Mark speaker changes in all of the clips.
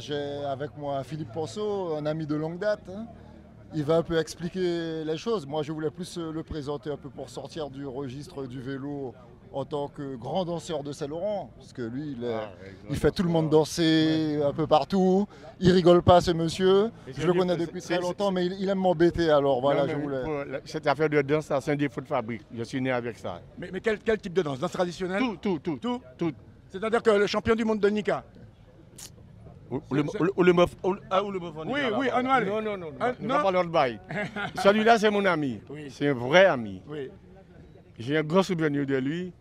Speaker 1: J'ai avec moi Philippe Ponceau, un ami de longue date. hein. Il va un peu expliquer les choses. Moi, je voulais plus euh, le présenter un peu pour sortir du registre du vélo en tant que grand danseur de Saint-Laurent. Parce que lui,
Speaker 2: Ah,
Speaker 1: il, est- Euh, il fait tout le monde danser un peu partout. Il rigole pas, ce monsieur.
Speaker 2: Et c'est
Speaker 1: Je le
Speaker 2: un
Speaker 1: connais
Speaker 2: défaut,
Speaker 1: depuis
Speaker 2: c'est-
Speaker 1: très
Speaker 2: c'est-
Speaker 1: longtemps, mais il, il aime m'embêter. Alors voilà,
Speaker 2: Non,
Speaker 1: je
Speaker 2: mais
Speaker 1: voulais.
Speaker 2: pour la- Cette affaire de danse, ça, c'est un défaut de fabrique. Je suis né avec ça.
Speaker 3: Mais, mais quel, quel type de danse Danse traditionnelle
Speaker 2: Tout, tout, tout.
Speaker 3: Tout
Speaker 2: tout.
Speaker 3: C'est-à-dire que le champion du monde de Nika.
Speaker 2: Ou, ou le,
Speaker 3: C'est-
Speaker 2: ou le- ou le meuf. Ou, le- ah, ou le meuf en
Speaker 3: Oui,
Speaker 2: Italie,
Speaker 3: oui,
Speaker 2: là-bas.
Speaker 3: on va aller.
Speaker 2: Non, non, non.
Speaker 3: Ah,
Speaker 2: non.
Speaker 3: non.
Speaker 2: pas l'autre bail. Celui-là, c'est mon ami.
Speaker 3: Oui.
Speaker 2: C'est un vrai ami.
Speaker 3: Oui.
Speaker 2: J'ai un gros souvenir de lui.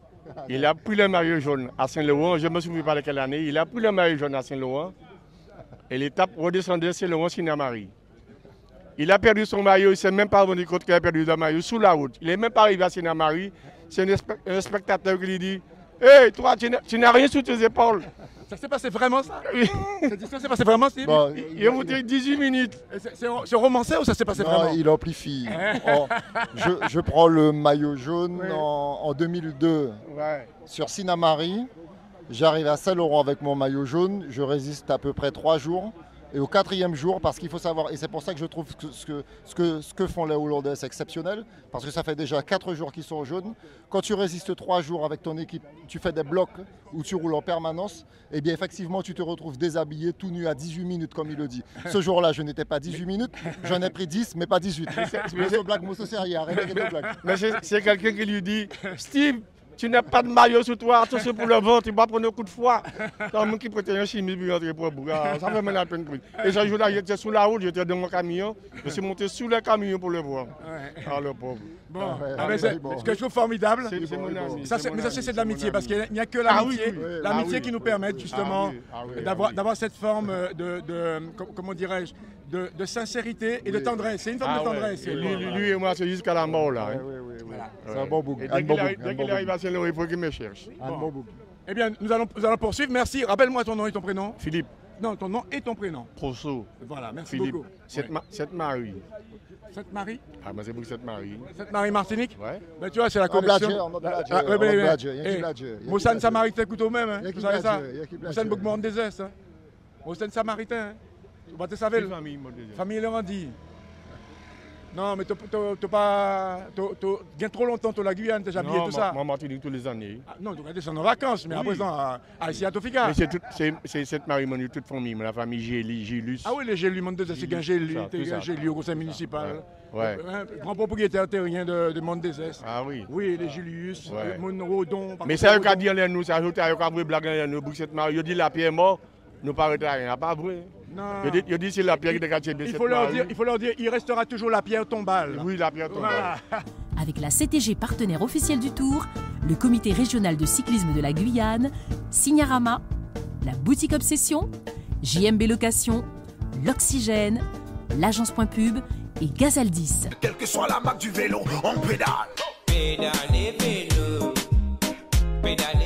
Speaker 2: Il a pris le maillot jaune à Saint-Laurent. Je ne me souviens pas de quelle année. Il a pris le maillot jaune à Saint-Laurent. Et l'étape redescendait Saint-Laurent Sinamari. Il a perdu son maillot. Il ne s'est même pas rendu compte qu'il a perdu le maillot sous la route. Il n'est même pas arrivé à Sinamari. C'est un, espe- un spectateur qui lui dit Hé, toi, tu n'as- tu n'as rien sur tes épaules.
Speaker 3: Ça s'est passé vraiment ça Cette histoire s'est passée vraiment Steve
Speaker 1: Bon,
Speaker 2: Il a monté 18 minutes.
Speaker 3: Et C'est c'est ro- c'est romancé ou ça s'est passé
Speaker 1: Non,
Speaker 3: vraiment
Speaker 1: il amplifie. Oh, je, je prends le maillot jaune en, en 2002
Speaker 2: Ouais.
Speaker 1: sur Sinamari. J'arrive à Saint-Laurent avec mon maillot jaune. Je résiste à peu près trois jours. Et au quatrième jour, parce qu'il faut savoir, et c'est pour ça que je trouve que ce que, ce que, ce que font les Hollandais, c'est exceptionnel, parce que ça fait déjà quatre jours qu'ils sont jaunes. Quand tu résistes trois jours avec ton équipe, tu fais des blocs où tu roules en permanence, et bien effectivement, tu te retrouves déshabillé, tout nu à 18 minutes, comme il le dit. Ce jour-là, je n'étais pas 18 minutes, j'en ai pris 10, mais pas 18. Mais c'est blague, hein, moi, c'est sérieux, arrêtez de blagues.
Speaker 2: Mais c'est c'est quelqu'un qui lui dit Steve, tu n'as pas de maillot sur toi, attention pour le vent, tu vas prendre un coup de froid. T'as un mec qui prétend un chimie puis rentrer pour un bout. Ah, Ça fait mal à peine. Et ce jour-là, j'étais sous la route, j'étais dans mon camion, je suis monté sous le camion pour le voir.
Speaker 3: Ouais.
Speaker 2: Ah, le pauvre.
Speaker 3: Bon,
Speaker 1: Ah ouais,
Speaker 3: Ah, mais
Speaker 1: oui,
Speaker 3: c'est-
Speaker 1: bon.
Speaker 3: ce que je trouve formidable,
Speaker 2: C'est c'est mon ami.
Speaker 3: ça,
Speaker 2: c'est
Speaker 3: c'est-
Speaker 2: mon
Speaker 3: mais ça
Speaker 2: ami,
Speaker 3: c'est de
Speaker 2: mon
Speaker 3: l'amitié,
Speaker 2: ami.
Speaker 3: parce qu'il n'y a que
Speaker 2: Ah oui,
Speaker 3: l'amitié
Speaker 2: oui, oui.
Speaker 3: l'amitié
Speaker 2: Ah
Speaker 3: qui
Speaker 2: oui.
Speaker 3: nous permet justement
Speaker 2: Ah oui, ah oui, ah
Speaker 3: d'avoir
Speaker 2: oui.
Speaker 3: d'avoir cette forme euh, de, de- com- comment dirais-je, de, de sincérité et de tendresse. C'est une forme
Speaker 2: Ah
Speaker 3: de
Speaker 2: ouais.
Speaker 3: tendresse.
Speaker 2: Et lui, lui, lui et moi, c'est jusqu'à la mort là. hein.
Speaker 1: Ouais, ouais, ouais, ouais.
Speaker 3: Voilà.
Speaker 1: C'est un bon bouc.
Speaker 2: Et
Speaker 1: un
Speaker 2: dès
Speaker 1: bon
Speaker 2: qu'il
Speaker 1: bouc,
Speaker 2: arrive,
Speaker 1: un
Speaker 2: dès
Speaker 1: bon
Speaker 2: qu'il arrive
Speaker 1: bouc.
Speaker 2: à Saint-Laurent, il faut qu'il me cherche.
Speaker 1: Un bon bouc.
Speaker 3: Eh bien, nous allons, nous allons poursuivre. Merci. Rappelle-moi ton nom et ton prénom.
Speaker 2: Philippe
Speaker 3: Non, ton nom et ton prénom.
Speaker 2: Prosso,
Speaker 3: Voilà, merci
Speaker 2: Philippe,
Speaker 3: beaucoup.
Speaker 2: cette,
Speaker 3: Ouais.
Speaker 2: ma- cette Marie.
Speaker 3: Sainte-Marie
Speaker 2: Ah, mais c'est pour cette Marie.
Speaker 3: Sainte-Marie Martinique
Speaker 2: Ouais.
Speaker 3: Ben, tu vois, c'est la
Speaker 1: En
Speaker 3: connexion.
Speaker 1: Bladger, en mode Bladger,
Speaker 3: Ah, ouais,
Speaker 1: en
Speaker 3: ben,
Speaker 1: mode
Speaker 3: ben,
Speaker 1: Bladger, il y a
Speaker 3: eh,
Speaker 1: qui Bladger, il y a
Speaker 3: Moussane
Speaker 1: qui Bladger.
Speaker 3: Samaritain coûte au même, hein,
Speaker 1: Il y a qui
Speaker 3: vous savez ça
Speaker 1: Bladger, il y a qui
Speaker 3: Moussane
Speaker 1: Bladger.
Speaker 3: Bougmorne des Est, hein. Moussane Samaritain, hein. Vous battez sa
Speaker 2: Quelle
Speaker 3: velle
Speaker 2: famille, mon deuxième
Speaker 3: Famille Laurenti. Non, mais t'as t'as- t'as pas... t'as- t'as- Gain trop longtemps, t'as la Guyane, t'as déjà habillé
Speaker 2: Non,
Speaker 3: tout
Speaker 2: moi-
Speaker 3: ça.
Speaker 2: moi, Martinique tous les années.
Speaker 3: Ah, non, tu vas descendre en vacances, mais à
Speaker 2: Oui.
Speaker 3: présent, à, à ici à Tofica.
Speaker 2: Mais c'est tout- c'est- c'est cette marie mon toute famille, la famille Géli, Gélus.
Speaker 3: Ah oui, les Gélu, Mondezès, c'est
Speaker 2: Gélu,
Speaker 3: un Gélu,
Speaker 2: tout ça,
Speaker 3: t'es
Speaker 2: tout
Speaker 3: un
Speaker 2: ça.
Speaker 3: Gélu au conseil municipal.
Speaker 2: Euh, Ouais.
Speaker 3: Hein, Grand propriétaire terrien de, de Mondezès.
Speaker 2: Ah oui.
Speaker 3: Oui, les Julius,
Speaker 2: Ouais.
Speaker 3: les Monrodon. par
Speaker 2: Mais
Speaker 3: contre,
Speaker 2: ça, il y a
Speaker 3: Rodon.
Speaker 2: dit les nous, ça, il y a qu'à vrai blague dans nous, pour cette marie. Il dit la pierre est morte, nous pas retarder, il n'y a pas vrai.
Speaker 3: Non.
Speaker 2: Il dit- Il dit c'est la pierre qui est gâchée de
Speaker 3: Ah. Il
Speaker 2: cette
Speaker 3: faut, leur
Speaker 2: marie.
Speaker 3: dire, il faut leur dire, il restera toujours la pierre tombale.
Speaker 2: Oui, la pierre tombe.
Speaker 3: Voilà.
Speaker 4: Avec la CTG partenaire officielle du Tour, le comité régional de cyclisme de la Guyane, Signarama, la boutique Obsession, JMB Location, l'Oxygène, l'agence Point Pub et Gazaldis.
Speaker 5: Quelle que soit la marque du vélo, on pédale.
Speaker 6: Pédalez vélo, pédalez